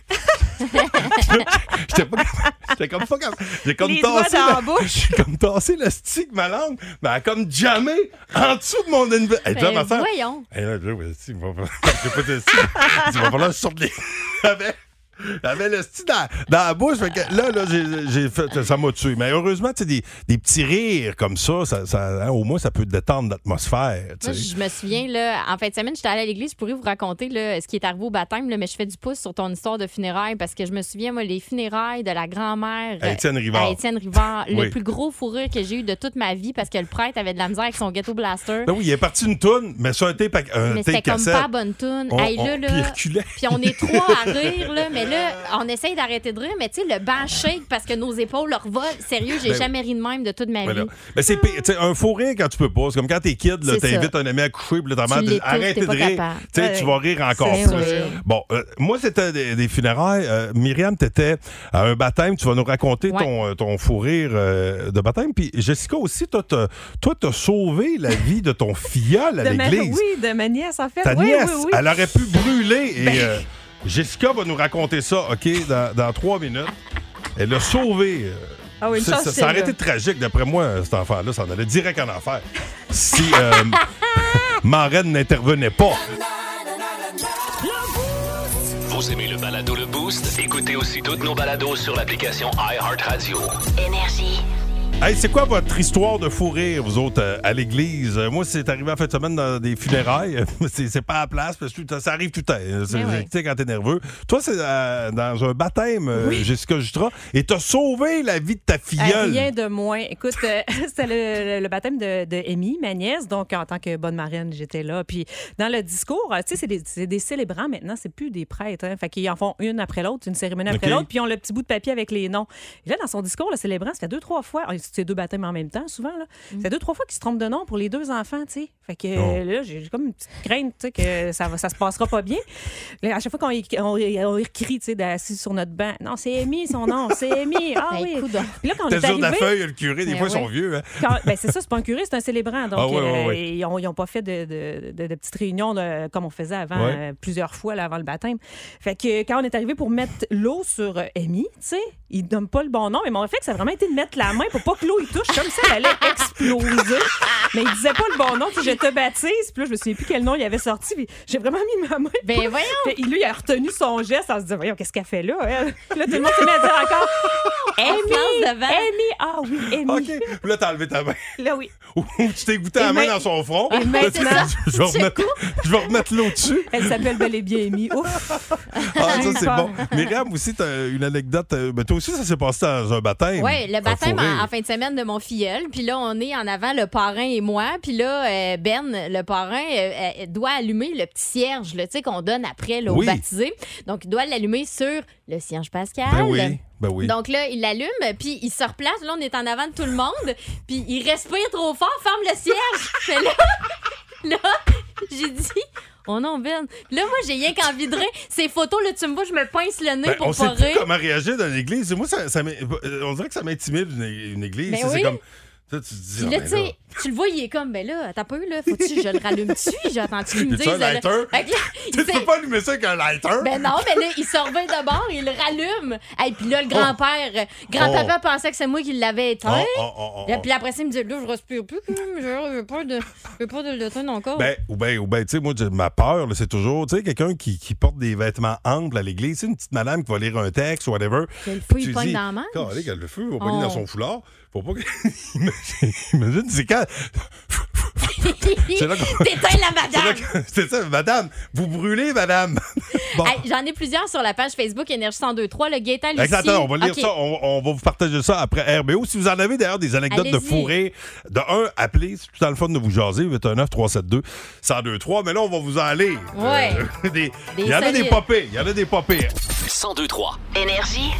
J'étais pas capable- J'étais comme pas capable. J'ai comme
Les doigts
tassé
dans
la-
la bouche.
J'ai comme tassé le stick, ma langue. Ben, elle a comme jamais en dessous de mon envie. Elle dit à ma
Ben,
soeur.
voyons.
Hey, là, là, ouais, si, il va falloir- j'ai pas de style. Il va falloir que je sorte les. J'avais- J'avais ah, le style dans, dans la bouche. Fait que là, là j'ai- j'ai fait, ça m'a tué. Mais heureusement, tu sais, des, des petits rires comme ça, ça, ça- hein, au moins, ça peut détendre l'atmosphère. tu
Moi,
sais.
je me souviens, là, en fin de semaine, j'étais allée à l'église. Je pourrais vous raconter là, ce qui est arrivé au baptême, là, mais je fais du pouce sur ton histoire de funérailles parce que je me souviens, moi, les funérailles de la grand-mère. euh,
À Étienne Rivard.
à Étienne Rivard,
Oui.
Le plus gros fou rire que j'ai eu de toute ma vie parce que le prêtre avait de la misère avec son ghetto blaster.
Ben oui, il est parti une toune, mais sur un tape, à- un
mais
tape
c'était comme
Euh, cassette.
pas bonne tune.
On-
Hey,
on-
là, là,
puis il reculait.
puis on est trois à rire, là, mais là, on essaye d'arrêter de rire, mais tu sais, le banc shake parce que nos épaules leur volent. Sérieux, j'ai
Ben oui.
jamais ri de même de toute ma
Voilà.
vie.
Ben, c'est pire. Tu sais, un faux rire quand tu peux pas. C'est comme quand t'es kid, là,
C'est
t'invites
ça.
un ami à coucher, puis là, ta mère
Tu
dit
l'écoutes,
arrêtez
t'es
de
pas
rire.
capable.
Tu sais,
Ouais.
Tu vas rire encore
C'est
plus.
vrai.
Bon, euh, moi, c'était des, des funérailles. Euh, Myriam, t'étais à un baptême. Tu vas nous raconter ton, euh, ton faux rire euh, de baptême. Puis Jessica aussi, toi, t'as toi, t'as sauvé la vie de ton filleul à
De ma-
l'église.
Oui, de ma nièce, en fait.
Ta
oui,
nièce,
oui, oui.
elle aurait pu brûler. Et
Ben.
euh, Jessica va nous raconter ça, OK, dans, dans trois minutes. Elle l'a sauvé. euh,
Ah oui, une
ça,
chance,
ça-
c'est
ça aurait
là.
été tragique, d'après moi, euh, cet enfant-là. Ça en allait direct en enfer. Si euh, Marraine n'intervenait pas.
Vous aimez le balado Le Boost? Écoutez aussi toutes nos balados sur l'application iHeartRadio.
Énergie.
Hey, c'est quoi votre histoire de fou rire, vous autres, euh, à l'église? Euh, Moi, c'est arrivé en fin de semaine dans des funérailles. c'est c'est pas à la place, parce que tout- ça arrive tout à l'heure. C'est-
Ben
Mais ouais.
Tu sais, quand t'es nerveux. Toi, c'est euh, dans un baptême, euh, Jessica Jutra, et t'as sauvé la vie de ta
Ah,
filleule.
Rien de moins. Écoute, euh, c'était le, le- le baptême de, de Amy, ma nièce. Donc, en tant que bonne marraine, j'étais là. Puis, dans le discours, euh, tu sais, c'est des, c'est des célébrants maintenant, c'est plus des prêtres. Hein. Fait qu'ils en font une après l'autre, une cérémonie après
OK.
l'autre, puis ils ont le petit bout de papier avec les noms. Et là, dans son discours, le célébrant, ça fait deux, trois fois. ah, C'est deux baptêmes en même temps, souvent. Là.
Mm.
Ça fait deux, trois fois qu'il se trompe de nom pour les deux enfants, tu sais. Fait que euh, là, j'ai j'ai comme une petite crainte, tu sais, que ça, va, ça se passera pas bien. Là, à chaque fois qu'on y- on, y- on y crie, tu sais, d'assis sur notre banc, non, c'est Amy, son nom, c'est Amy. Ah
Ben,
oui.
coudonc.
Puis là, quand on
T'es
est
sur la
arrivé-
feuille, le curé, des
Ben
fois, ils sont
ouais.
vieux. hein.
Quand- ben, c'est ça, c'est pas un curé, c'est un célébrant. Donc,
Ah ouais, ouais,
euh,
ouais.
ils n'ont pas fait de, de- de- de petites réunions là, comme on faisait avant,
Ouais.
euh, plusieurs fois là, avant le baptême. Fait que quand on est arrivé pour mettre l'eau sur euh, Amy, tu sais, ils donnent pas le bon nom. Mais mon réflexe, ça a vraiment été de mettre la main pour pas que l'eau y touche, comme ça, elle allait exploser. mais ils disaient pas le bon nom. Puis je te baptise. Puis là, je me souviens plus quel nom il avait sorti. Puis j'ai vraiment mis ma main. Ben voyons. lui, il a retenu son geste en se disant, voyons, qu'est-ce qu'elle fait là, elle? Puis là, tout le monde s'est mis à dire encore, Amy,
lance
Amy,
devant.
ah oui, Amy.
OK. Puis là, t'as enlevé ta main.
Là, oui.
Ou tu t'es goûté la
Et
main
ma-
dans son front.
Et
Là,
maintenant-
tu- je vais remettre- je vais remettre l'eau dessus.
Elle s'appelle bel et bien Amy. Ouf!
Ah, ça,
J'ai
c'est
peur.
bon. Myriam, aussi, t'as une anecdote. euh, ben, toi aussi, ça s'est passé dans un baptême.
Oui, le
Un
baptême
fou
en,
rire.
en fin de semaine de mon filleul. Puis là, on est en avant, le parrain et moi. Puis là, euh, Ben, le parrain, euh, euh, doit allumer le petit cierge là, tu sais, qu'on donne après là, au
Oui.
baptisé. Donc, il doit l'allumer sur le cierge pascal.
Ben oui, ben oui.
Donc là, il l'allume, puis il se replace. Là, on est en avant de tout le monde. Puis il respire trop fort, ferme le cierge. Mais là, là j'ai dit... Oh non, Ben. Là, moi, j'ai rien qu'envie de rire. Ces photos, là, tu me vois, je me pince le nez
Ben,
pour
on
pas
sait
rire.
plus comment réagir dans l'église. Moi, ça, ça m'in- euh, on dirait que ça m'intimide, une, une église.
Ben
Ça, C'est
oui.
comme. ça, tu te dis.
Puis
ah,
là,
ben
tu
là.
sais, tu le vois, il est comme, ben là, t'as pas eu, là, faut-tu que je le rallume-tu? J'attends-tu qu'il me
Y'a-tu
dise.
un
là, là?
lighter?
Fait que là, il
Tu peux
s'est-
pas allumer ça avec un lighter.
Ben non, mais là, il se revient de bord, il le rallume. Et puis là, le grand-père, euh, grand-papa pensait que c'est moi qui l'avais éteint.
Oh, oh, oh, oh,
Et
oh.
puis après ça, il me dit, là, je respire plus, je veux pas de, je veux pas de l'éteindre encore.
Ben, ou ben, ou ben, tu sais, moi, j'ai- ma peur, là, c'est toujours, tu sais, quelqu'un qui, qui porte des vêtements amples à l'église, tu sais, une petite madame qui va lire un texte ou whatever.
Que le feu, il
Tu
pogne
dis,
dans la manche.
Calé, que le feu va pogner dans
Oh.
son foulard. Faut pas que. Imagine- Imagine, c'est quand. C'est là qu'on-
T'éteins la
C'est là
madame!
que- C'est ça, madame, vous brûlez, madame. Bon.
Hey, J'en ai plusieurs sur la page Facebook Énergie 1023, le Gaëtan Lucie.
Exactement, on va lire
OK.
ça, on, on va vous partager ça après RBO. Si vous en avez d'ailleurs des anecdotes de
Allez-y.
fourré, de un, appelez, c'est tout à le fun de vous jaser, 819-372-1023, mais là, on va vous en aller.
Ouais.
des-
Des
Il y en a des
solides.
popés, il y en a des popés.
1023.
Énergie.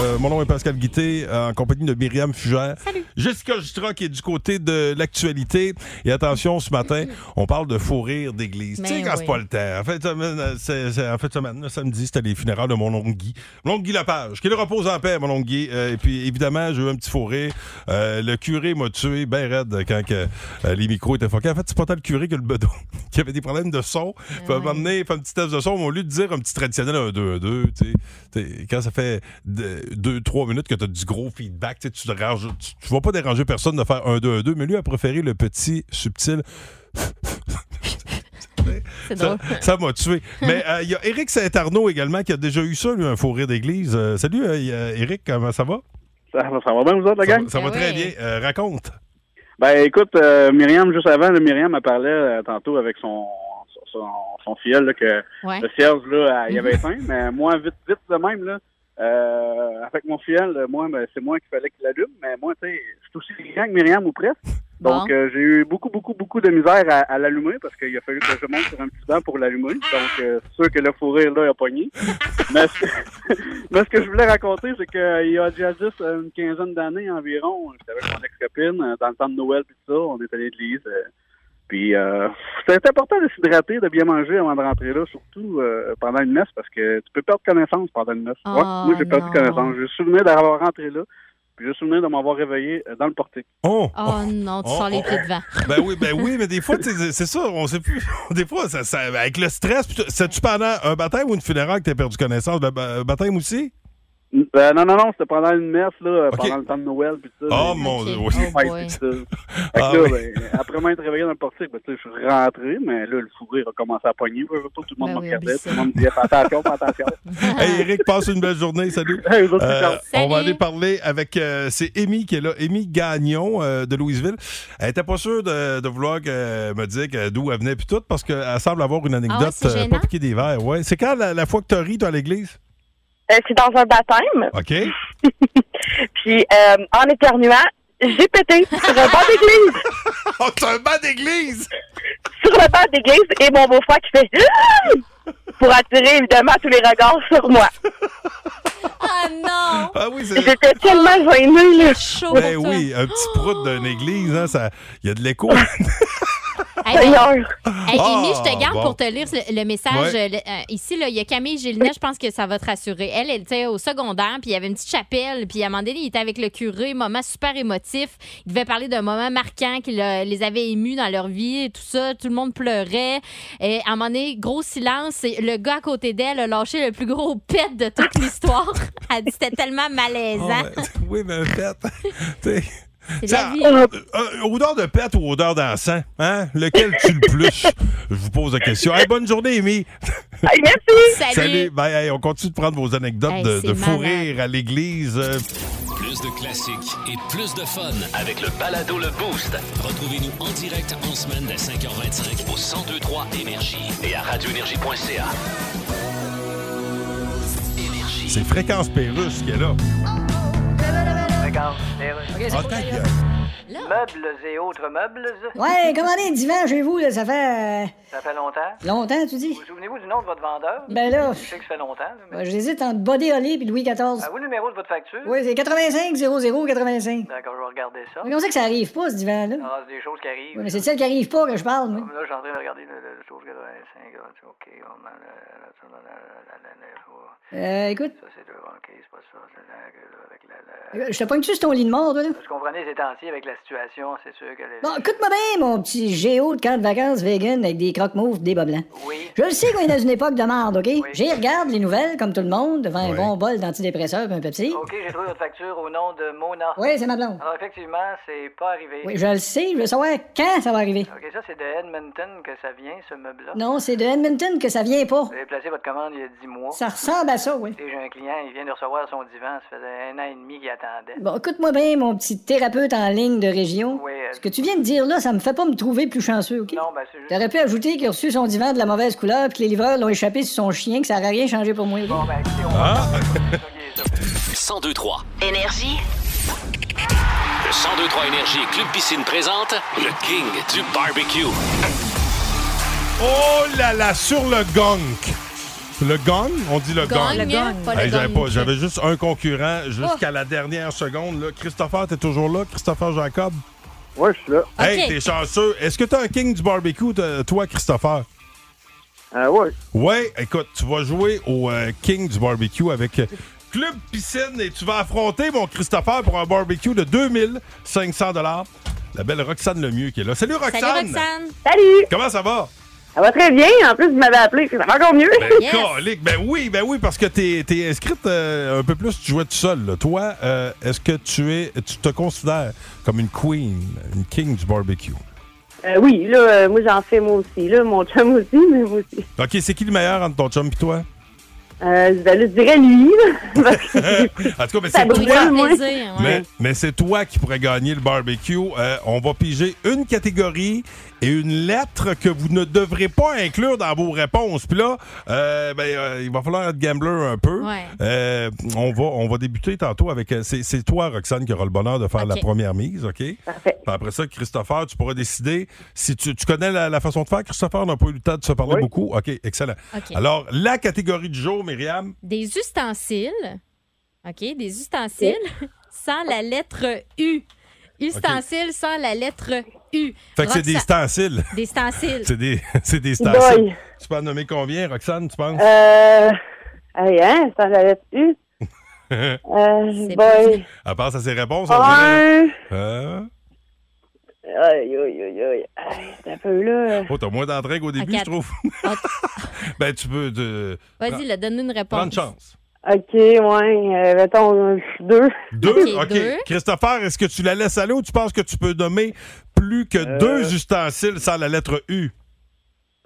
Euh, mon nom est Pascal Guité, euh, en compagnie de Myriam Fugère. Jessica Jutra, qui est du côté de l'actualité. Et attention, ce matin, on parle de faux rire d'église. Tu
Mais
sais, quand c'est
oui.
pas le temps. En fait, semaine, euh, c'est- c'est- en fait, semaine, le samedi, c'était les funérailles de mon oncle Guy. Mon oncle Guy Lapage, qui le repose en paix, mon oncle Guy. Euh, et puis, évidemment, j'ai eu un petit faux rire. Euh, le curé m'a tué ben raide quand que, euh, les micros étaient foqués. En fait, c'est pas tant le curé que le bedon qui avait des problèmes de son. Il m'a amené faire un petit test de son. Mais au lieu de dire un petit traditionnel 1 2 1 2, tu sais, t'es- quand ça fait 2 3 minutes que tu as du gros feedback, tu sais, tu déranges- tu, tu vas pas déranger personne de faire 1 2 1 2, mais lui a préféré le petit subtil
C'est
ça-
drôle.
Ça m'a tué. Mais euh, il y a Éric Saint-Arnaud également qui a déjà eu ça, lui, un faux rire d'église. Euh, salut, euh, y- euh, Éric, comment ça va?
Ça, ça va bien, vous autres, la gang?
Ça va très bien. Euh, raconte.
Ben, écoute, euh, Myriam, juste avant, là, Myriam me parlait euh, tantôt avec son, son, son filleul, là, que
Ouais.
le cierge, là, il y avait
Mhm.
éteint. Mais moi, vite, vite de même, là, euh, avec mon filleul, moi, ben, c'est moi qui fallait qu'il l'allume. Mais moi, tu sais, je suis aussi grand que Myriam ou presque. Donc,
Bon.
euh, j'ai eu beaucoup, beaucoup, beaucoup de misère à, à l'allumer parce qu'il a fallu que je monte sur un petit banc pour l'allumer. Donc, euh, c'est sûr que le fou rire, là, il a pogné. Mais ce que, mais ce que je voulais raconter, c'est qu'il y a déjà juste une quinzaine d'années environ, j'étais avec mon ex-copine euh, dans le temps de Noël puis tout ça, on est allé à l'église. euh, puis, euh, c'est important de s'hydrater, de bien manger avant de rentrer là, surtout euh, pendant une messe parce que tu peux perdre connaissance pendant une messe. Ouais,
Oh,
moi, j'ai perdu
non.
connaissance. Je me souvenais d'avoir rentré là. Puis, je me souvenais de m'avoir réveillé euh, dans le portique.
Oh!
Oh non, tu
Oh,
sors les
oh,
pieds
oh.
devant.
Ben oui, ben oui, mais des fois, tu sais, c'est ça, on sait plus. Des fois, ça, ça- avec le stress, pis tout, c'est-tu pendant un Ben, baptême ou une funéraire que t'as perdu connaissance? Le ba- baptême aussi?
Ben, non, non, non, c'était pendant une messe, là, pendant le temps de Noël, puis tout ça.
Oh,
Mais-
mon Dieu,
Ouais,
oui.
puis
boy.
tout ça. Fait que
Ah,
là,
oui.
ben, après m'être réveillé dans le portique, ben, tu sais, je suis rentré, mais là, le fou rire a commencé à pogner. Je veux pas, Tout le monde
Ben
me
oui,
regardait,
oublie
tout le monde me disait « Fais attention, fais attention ».
Hey Eric, passe une belle journée. Salut.
autres,
Euh,
Charles.
on
Salut.
va aller parler avec. euh, c'est Amy qui est là. Amy Gagnon euh, de Louisville. Elle était pas sûre de, de vouloir que- me dire que- d'où elle venait puis tout parce qu'elle semble avoir une
Ah ouais,
anecdote
c'est
euh,
gênant?
pas piquée des verres. Ouais. C'est quand la, la fois que tu ri, toi, à l'église?
Euh, c'est dans un baptême.
OK?
Puis, euh, en éternuant, j'ai pété sur un banc d'église.
sur Oh, un banc d'église?
Sur le banc d'église, et mon beau-frère qui fait Ah! pour attirer évidemment tous les regards sur moi.
Ah non!
Ah oui, c'est.
J'étais tellement gênée, là.
Ben oui, un petit prout d'une église, hein, ça- il y a de l'écho.
Hey, ben, hey, Amy,
Ah,
je te garde
bon.
pour te lire le, le message.
Ouais.
euh, le- euh, ici, là, il y a Camille Gélina, je pense que ça va te rassurer. Elle, elle était au secondaire, puis il y avait une petite chapelle, puis à un moment donné, il était avec le curé, moment super émotif. Il devait parler d'un moment marquant qui le- les avait émus dans leur vie, et tout ça. Tout le monde pleurait. Et à un moment donné, gros silence. et le gars à côté d'elle a lâché le plus gros pet de toute l'histoire. Elle dit c'était tellement
Ah,
malaisant.
oui, mais un pet. Tu sais,
C'est la
ça-
vie.
euh, euh, odeur de pet ou odeur d'encens? Hein? Lequel tue le plus? Je vous pose la question. Hey, bonne journée, Amy.
merci.
Salut.
Bye, hey, on continue de prendre vos anecdotes
Hey,
de,
c'est
de fou
malade.
rire à l'église. Euh,
Plus de classiques et plus de fun avec le balado Le Boost. Retrouvez-nous en direct en semaine dès 5h25 au 1023 Énergie et à radioénergie.ca.
C'est Fréquence Pérusse qui est là.
Regarde, les rues.
Ah, ta gueule.
Meubles et autres meubles.
Ouais, commandez un divan chez vous, là, ça fait. euh,
Ça fait longtemps.
Longtemps, tu dis?
Vous souvenez-vous du nom de votre vendeur?
Ben là.
Je sais que ça fait longtemps. là, mais- Ah,
Ouais, J'hésite entre Body Holly puis Louis XIV.
Avez-vous le numéro de votre facture?
Oui, c'est 85 00 85.
D'accord, je vais regarder Ben, ça.
Mais comment ça que ça arrive pas, ce divan-là?
Ah, c'est des choses qui arrivent.
Oui, mais c'est celle qui arrive pas que je parle, moi.
Là, je suis en train de regarder le, le, le chose 85. là, tu- OK, on a le- le- le- le- le- le- le-
Euh, écoute.
Ah. Ça, c'est le... OK, c'est pas ça. C'est la- avec la... la-
Euh, Je te pogne-tu sur ton lit de mort, toi, là?
Je comprenais ces temps-ci avec la situation, c'est sûr que... les-
Bon, écoute-moi bien, mon petit géo de camp de vacances vegan avec des croque-mouves des bas blancs.
Oui.
Je le sais qu'on est dans une époque de marde, OK? J'y regarde les nouvelles, comme tout le monde, devant un bon bol d'antidépresseurs et un Pepsi.
OK, j'ai trouvé votre facture au nom de Mona.
Oui, c'est ma blonde.
Alors, effectivement, c'est pas arrivé.
Oui, je le sais, je veux savoir quand ça va arriver.
OK, ça, c'est de Edmonton que ça vient, ce meuble-là.
Non, c'est de Edmonton que ça vient pas.
Vous avez placé votre commande il y a 10 mois.
Ça ressemble à ça, oui.
Et J'ai un client, il vient de recevoir son divan, ça faisait un an et demi qu'il attendait.
Bon, écoute-moi bien, mon petit thérapeute en ligne de région.
Oui, euh,
Ce que tu viens de dire là, ça me fait pas me trouver plus chanceux, OK?
Non, ben, c'est juste...
T'aurais pu ajouter qu'il a reçu son divan de la mauvaise couleur puis que les livreurs l'ont échappé sur son chien, que ça aurait rien changé pour moi. OK?
ben,
Hein?
Ah.
1023.
Énergie.
Le 1023 Énergie et Club Piscine présente le King du barbecue.
Oh là là, sur le gong. Le gong, on dit le gong.
Gong, Le gong. pas le
Hey, j'avais,
gong.
pas- j'avais juste un concurrent jusqu'à la dernière seconde. Là. Christopher, t'es toujours là? Christopher Jacob?
Ouais, je suis là.
Hey,
Ok.
t'es chanceux. Est-ce que t'as un king du barbecue, t- toi, Christopher?
Ah ouais.
Ouais, écoute, tu vas jouer au euh, king du barbecue avec euh, Club Piscine et tu vas affronter mon Christopher pour un barbecue de 2500 La belle Roxane Lemieux qui est là. Salut Roxane!
Salut!
Comment ça va?
Ça va très bien. En plus, vous m'avez appelé. Ça va encore mieux.
Ben, colique. Ben oui, ben oui, parce que t'es es inscrite euh, un peu plus, tu jouais tout seul. là. Toi, euh, est-ce que tu es, tu te considères comme une queen, une king du barbecue?
Euh, oui, là, euh, moi, j'en fais moi aussi. Là, mon chum aussi, mais moi aussi.
OK, c'est qui le meilleur entre ton chum et toi?
Euh, je vais le dire à lui. là, parce que
Euh, En tout cas, mais
ça
c'est
brûle,
toi.
moi.
Mais, mais c'est toi qui pourrais gagner le barbecue. Euh, on va piger une catégorie et une lettre que vous ne devrez pas inclure dans vos réponses. Puis là, euh, ben, euh, il va falloir être gambler un peu.
Ouais.
Euh, on, va, on va débuter tantôt avec... euh, C'est c'est toi, Roxane, qui aura le bonheur de faire
OK.
la première mise, OK? Parfait. après ça, Christopher, tu pourras décider si tu, tu connais la, la façon de faire. Christopher, on n'a pas eu le temps de se parler beaucoup. OK, excellent.
OK.
Alors, la catégorie du jour, Myriam.
Des ustensiles. OK, des ustensiles sans la lettre U. Ustensiles sans la lettre U.
Fait que c'est des
Roxane-
ustensiles.
Des ustensiles.
C'est des, c'est des
Boy.
ustensiles. Tu peux en nommer combien, Roxane, tu penses?
Euh. Hey, hein, ça l'avait plus. Euh, boy.
Elle pense à ses réponses. on dirait.
Un.
Hein?
Aïe, aïe, aïe, aïe. Aïe, c'est un peu là.
Oh, t'as moins d'entrague au début,
Ok,
je trouve. ben, tu peux. te-
Vas-y, là, donne-nous une réponse.
Prends une chance.
OK, ouais, euh, mettons, euh, deux.
Deux? OK. Christopher, est-ce que tu la laisses aller ou tu penses que tu peux nommer plus que deux ustensiles sans la lettre U?
Euh.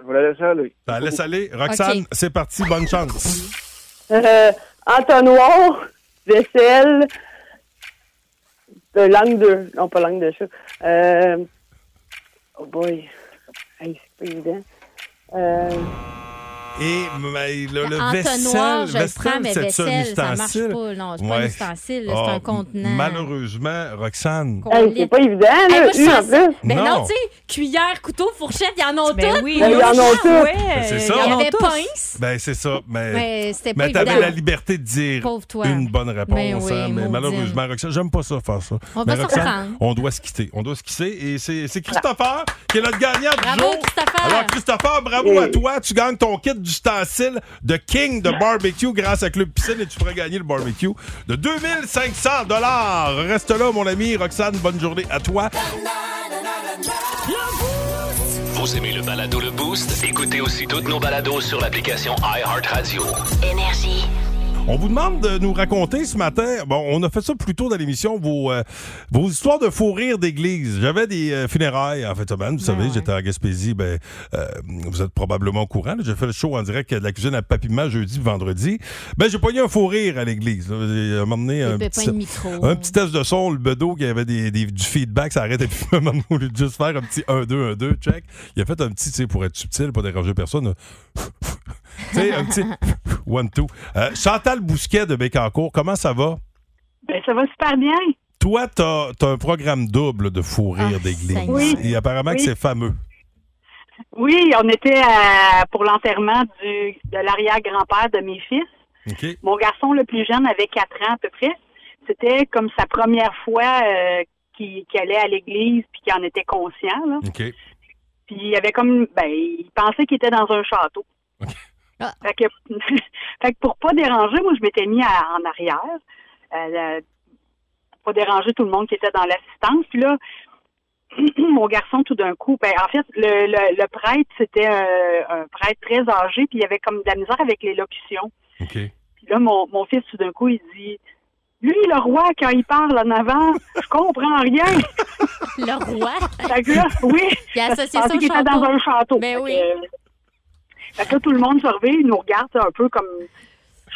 Je vais la laisser aller.
La laisse aller. Roxane,
OK.
c'est parti. Bonne chance.
Euh, entonnoir, vaisselle, de euh, langue de... Non, pas langue de chat. Euh, oh boy. Hey, c'est pas évident. Euh,
Et mais, le, le
Entonnoir,
vaisselle,
je le prends, mais
c'est ça, un
vaisselle, ça marche
ustensile?
pas. Non, c'est pas un ustensile, là, c'est
Ah,
un contenant.
Malheureusement, Roxane.
Qu'on Hey, c'est lite. pas
évident, Ben, là,
Hey, moi, je
eu, en
sens-
plus.
Ben non,
Non.
tu sais, cuillère, couteau, fourchette, ils en ont
Ben
toutes.
oui,
Ben, ils en ont
Ah,
toutes.
ouais,
Ben, c'est ça.
Il
Ils
y
en ont
avait
tous.
pince.
Ben, c'est ça. Mais,
Mais c'était pas
mais t'avais
évident.
la liberté de dire
Pauvre toi.
une bonne réponse.
Mais oui,
hein, mais
maudine.
malheureusement, Roxane, j'aime pas ça faire ça.
On
mais
va se
Roxane,
reprendre.
on doit se quitter. On doit se quitter. Et c'est c'est Christopher qui est notre gagnant du
Bravo,
jour.
Christopher.
Alors, Christopher, bravo à toi. Tu gagnes ton kit d'ustensile de King de barbecue grâce à Club Piscine et tu pourrais gagner le barbecue de 2500 Reste là, mon ami. Roxane, bonne journée à toi.
Vous aimez le balado Le Boost? Écoutez aussi toutes nos balados sur l'application iHeartRadio.
Énergie.
On vous demande de nous raconter ce matin, bon, on a fait ça plus tôt dans l'émission, vos, euh, vos histoires de faux rires d'église. J'avais des euh, funérailles en fait, de semaine. Vous savez, j'étais à Gaspésie, ben, euh, vous êtes probablement au courant. là. J'ai fait le show en direct de la cuisine à Papiment jeudi, vendredi. Ben, j'ai pogné un faux rire à l'église. là. J'ai euh, m'emmené un
ben,
pépins
petit,
de micro.
Oh.
un petit test de son, le bedeau qui avait des, des- du feedback, ça arrêtait plus un moment au lieu de juste faire un petit 1-2, 1-2, check. Il a fait un petit, tu sais, pour être subtil, pas déranger personne. un tu sais, un petit one, two. Euh, Chantal Bousquet de Bécancourt, comment ça va?
Ben, ça va super bien.
Toi, t'as as un programme double de fou rire d'église.
Seigneur. Oui.
Et apparemment que
Oui.
c'est fameux.
Oui, on était à- pour l'enterrement du de l'arrière-grand-père de mes fils.
OK.
Mon garçon le plus jeune avait quatre ans à peu près. C'était comme sa première fois euh, qu'il qu'il allait à l'église puis qu'il en était conscient. là.
OK.
Puis il avait comme ben il pensait qu'il était dans un château. Ah. Fait, que, fait que pour pas déranger, moi je m'étais mis à- en arrière. euh, la- pour pas déranger tout le monde qui était dans l'assistance. Puis là, mon garçon, tout d'un coup, ben, en fait, le, le- le prêtre, c'était euh, un prêtre très âgé, puis il avait comme de la misère avec l'élocution. Puis là, mon, mon fils, tout d'un coup, il dit Lui, le roi, quand il parle en avant, je comprends rien.
Le roi?
Fait que là, oui.
Il a associé
Je
Ah,
pensais
ça au
qu'il était
château.
dans un château.
Mais
Fait
oui.
euh,
que- fait que là, tout le monde se revient, il nous regarde un peu comme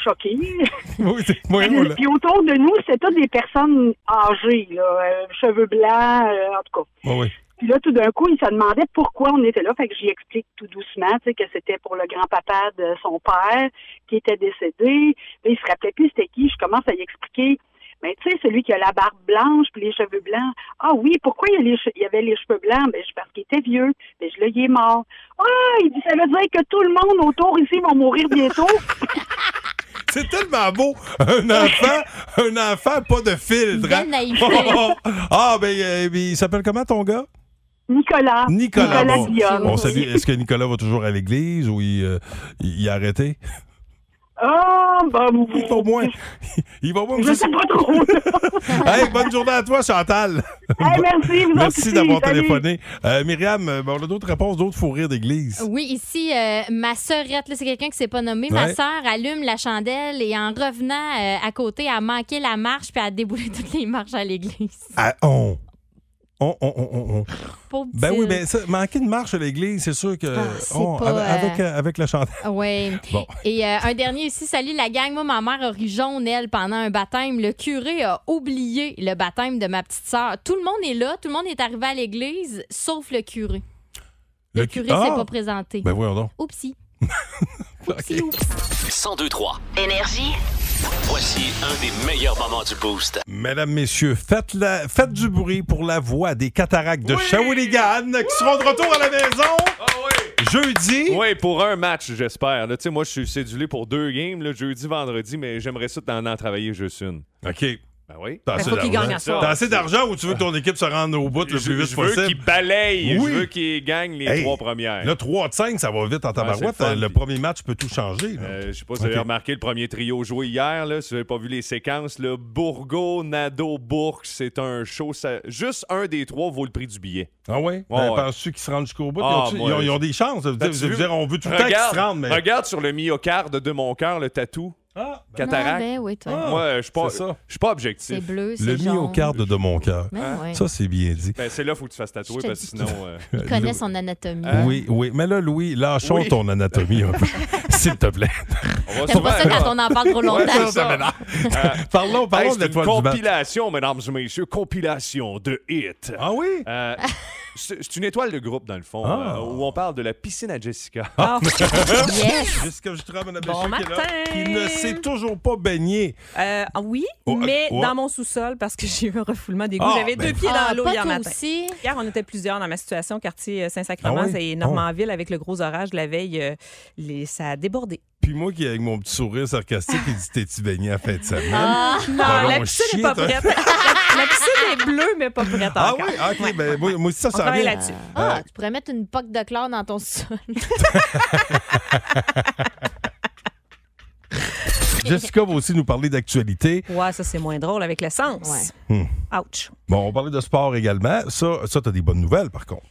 choqués.
Oui, c'est moi, là.
Puis autour de nous, c'était toutes des personnes âgées, là, euh, cheveux blancs, euh, en tout cas.
Ouais, ouais.
Puis là, tout d'un coup, il se demandait pourquoi on était là. Fait que j'y explique tout doucement, tu sais, que c'était pour le grand-papa de son père qui était décédé. Là, il se rappelait plus c'était qui. Je commence à y expliquer. Mais tu sais, celui qui a la barbe blanche puis les cheveux blancs. Ah oui, pourquoi il, y a les che- il y avait les cheveux blancs? Ben, je- parce qu'il était vieux. Ben, je, là, il est mort. Ah, il dit, ça veut dire que tout le monde autour ici va mourir bientôt.
C'est tellement beau. Un enfant, un enfant, pas de filtre. hein?
Belle naïveté.
ah, ben, euh, ben, il s'appelle comment ton gars?
Ah, Nicolas.
Nicolas. bon.
Guillaume.
On salue. Est-ce que Nicolas va toujours à l'église ou il, euh, il a arrêté?
Ah,
bah,
ben,
au moins. Il va au moins. Je sais
pas trop.
hey, bonne journée à toi, Chantal.
Hey, merci, vous
Merci
aussi,
d'avoir
salut.
téléphoné. Euh, Myriam, euh, ben, on a d'autres réponses, d'autres fous rires d'église.
Oui, ici, euh, ma sœurette, là, c'est quelqu'un qui s'est pas nommé. Ma
Ouais.
sœur allume la chandelle et en revenant euh, à côté, elle a manqué la marche puis elle a déboulé toutes les marches à l'église.
Ah, on. On, on, on, on, on.
Pauvre
Ben
petite.
oui, ben, ça, manquer de marche à l'église, c'est sûr que.
Ah, c'est
on,
pas,
avec, avec,
euh,
avec la chandelle.
Oui.
Bon.
Et euh, un dernier ici, salut la gang. Moi, ma mère a ri jaune, elle, pendant un baptême. Le curé a oublié le baptême de ma petite sœur. Tout le monde est là, tout le monde est arrivé à l'église, sauf le curé. Le, curé
Ah!
s'est pas présenté.
Ben voyons donc.
Oupsie.
1023. Énergie. Voici un des meilleurs moments du Boost.
Mesdames, messieurs, faites, la- faites du bruit pour la voix des cataractes de Shawinigan qui seront de retour à la maison. Jeudi.
Oui, pour un match, j'espère. Là, Tu sais, moi, je suis cédulé pour deux games, là, jeudi, vendredi, mais j'aimerais ça t'en en travailler juste une.
OK.
Ben oui.
T'as assez d'argent. T'as assez d'argent ou tu veux que ton équipe se rende au bout le plus vite
Je
possible?
veux qu'ils balayent.
Oui.
Je veux qu'ils gagnent les
Hey,
trois premières.
Là, 3 de 5, ça va vite en tabarouette.
c'est le fun,
le premier match peut tout changer. là.
Euh, je sais pas si vous avez
Ok.
remarqué le premier trio joué hier, là, si vous n'avez pas vu les séquences, le Bourgo, Nadeau, Bourque, c'est un show. ça- Juste un des trois vaut le prix du billet.
Ah ouais?
Ouais,
Ben,
ouais.
Penses-tu qu'ils se rendent jusqu'au bout? Ils
Ah,
ont-tu- ils,
moi,
ont, ils ont
je-
des chances. Je veux dire,
T'as-tu
je veux
vu?
dire, on veut tout le temps qu'ils
Regarde-
se rendent. Mais...
Regarde sur le myocarde de mon cœur, le tatou. Cataracte.
Non, ben oui, toi.
Moi, euh, je suis pas-
C'est ça.
je suis pas objectif.
C'est bleu, c'est
Le
jaune.
myocarde de mon cœur.
Mais ouais.
Ça, c'est bien dit.
Ben, c'est là qu'il faut que tu fasses tatouer,
Je te
parce que
dis
sinon.
tout.
euh,
Il connaît son anatomie.
Euh, Oui, oui. Mais là, Louis, lâchons
Hein? Oui.
ton anatomie un peu. S'il te plaît.
On va
T'aimes pas ça
souvent-
quand on en parle trop longtemps.
Ouais, c'est ça.
Ça
Euh,
Parlons, parlons
hey, c'est
de
une
toi du match.
compilation, mesdames et messieurs, compilation de hits. Euh,
Ah oui?
c'est c'est une étoile de groupe, dans le fond,
Ah.
euh, où on parle de la piscine à Jessica.
Ah.
Yes.
Jusqu'à je trouve Mme
Bon
Béchot qui est là,
matin.
qui ne s'est toujours pas baignée.
Euh, ah oui,
Oh, euh,
mais
ouais.
dans mon sous-sol parce que j'ai eu un refoulement d'égout.
Ah,
J'avais
ben-
deux pieds
Ah,
dans l'eau
pas
hier
toi
matin.
aussi?
Hier, on était plusieurs dans ma situation, quartier euh, Saint-Sacrement,
Ah oui?
c'est Normandville, avec le gros orage de la veille. euh, les- ça a débordé.
Puis moi qui, avec mon petit sourire sarcastique, il dit T'es-tu baigné à la fin de semaine? Ah,
Ah, non, la
on
piscine
chie,
n'est pas
toi.
prête. la, la piscine est bleue, mais pas prête
Ah
encore.
oui, hein. Ah, ok, ben moi, moi aussi, ça,
On
ça
travaille
vient.
là-dessus.
Ah, tu pourrais mettre une poque de chlore dans ton sol.
Jessica va aussi nous parler d'actualité.
Ouais, ça, c'est moins drôle avec le sens.
Hmm.
Ouch.
Bon, on parlait de sport également. Ça, ça t'as des bonnes nouvelles, par contre.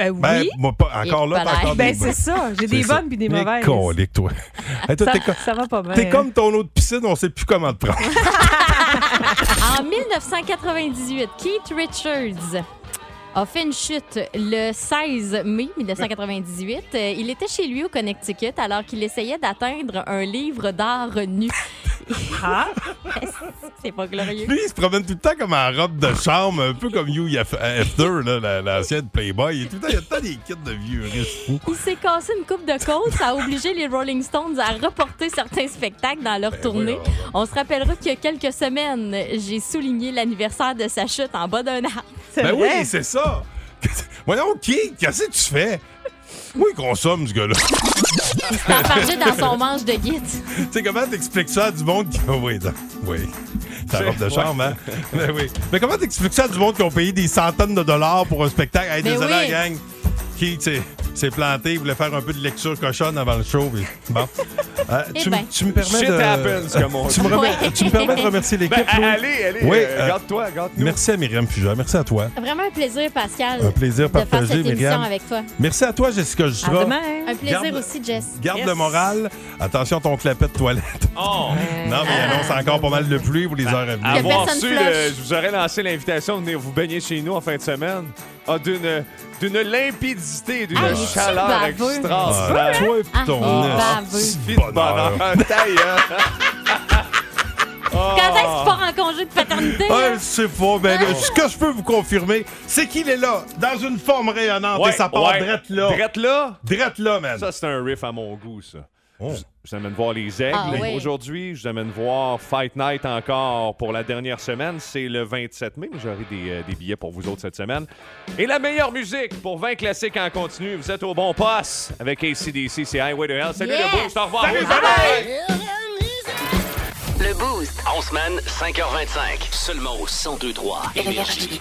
Euh,
Ben,
oui.
moi, pas- encore là, pas encore
Ben,
des
c'est
bonnes.
ça. J'ai des
C'est ça.
bonnes puis des
Mais
mauvaises.
colique, toi. Hey, toi,
Ça-
t'es, co-
ça va pas bien.
t'es comme ton autre piscine, on sait plus comment te prendre.
En 1998, Keith Richards a fait une chute le 16 mai 1998. Euh, Il était chez lui au Connecticut alors qu'il essayait d'atteindre un livre d'art nu.
Ah?
C'est pas glorieux.
Lui, il se promène tout le temps comme en robe de chambre, un peu comme Hugh F- Hefner, là, la- l'ancienne Playboy. Et tout le temps, il y a tant des kits de vieux riches fous.
Il s'est cassé une coupe de côte, ça a obligé les Rolling Stones à reporter certains spectacles dans
Ben
leur tournée. On se rappellera qu'il y a quelques semaines, j'ai souligné l'anniversaire de sa chute en bas d'un arbre.
Ben oui, c'est ça. Voyons, qui? Qu'est-ce que tu fais? Moi, il consomme, ce gars-là.
T'as parlé dans son manche de guide.
Tu sais, comment t'expliques ça à du monde qui. Oui, non, oui. Ta robe de
Ouais.
chambre, hein? Mais oui. Mais comment t'expliques ça à du monde qui ont payé des centaines de dollars pour un spectacle? Hey,
Ben
désolé, hein.
oui.
la gang. Qui, tu sais, s'est planté, il voulait faire un peu de lecture cochonne avant le show. puis Bon. Euh,
Eh
tu, m-
ben.
tu me permets
Shit
de.
happens, comme on
tu, me
dit.
remets-
Ouais.
tu me permets de remercier l'équipe.
Ben,
Louis?
allez, allez,
Oui,
euh,
euh,
garde-toi, garde-nous.
Merci à Myriam Fugère. Merci à toi.
Vraiment un plaisir, Pascal.
Un plaisir
de faire
partagé,
cette émission
Myriam.
avec toi.
Merci à toi, Jessica Justra.
Un plaisir
Garde-
aussi, Jess.
Garde le moral. Attention à ton clapet de toilette.
Oh!
Non, mais il annonce encore pas mal de pluie pour les heures à venir.
Euh,
Avoir
ah. personne
su,
flush.
le- je vous aurais lancé l'invitation de venir vous baigner chez nous en fin de semaine. Ah, d'une, d'une limpidité, d'une
Ah, il est
chaleur
si baveux.
extraordinaire.
Tu veux, hein? Ah,
ton
il est
Ah,
baveux.
petit fils de bonheur. hein. Ta gueule.
Quand est-ce que tu pars en congé de paternité?
Ah,
là?
je sais pas, mais là, ce que je peux vous confirmer, c'est qu'il est là, dans une forme rayonnante,
Ouais,
et ça part
ouais.
drette là.
Drette là?
Drette là, man. Oh.
Ça, c'est un riff à mon goût, ça. Je- Je vous amène voir les aigles.
Ah, ouais.
Aujourd'hui, je vous amène voir Fight Night encore pour la dernière semaine. C'est le 27 mai, mais j'aurai des, euh, des billets pour vous autres cette semaine. Et la meilleure musique pour 20 classiques en continu. Vous êtes au bon poste avec ACDC, c'est Highway to Hell. Salut
Yes!
le boost, au revoir.
Salut,
Bye.
bye-bye. Le Boost. En semaine, 5h25. Seulement au 102.3 Énergie.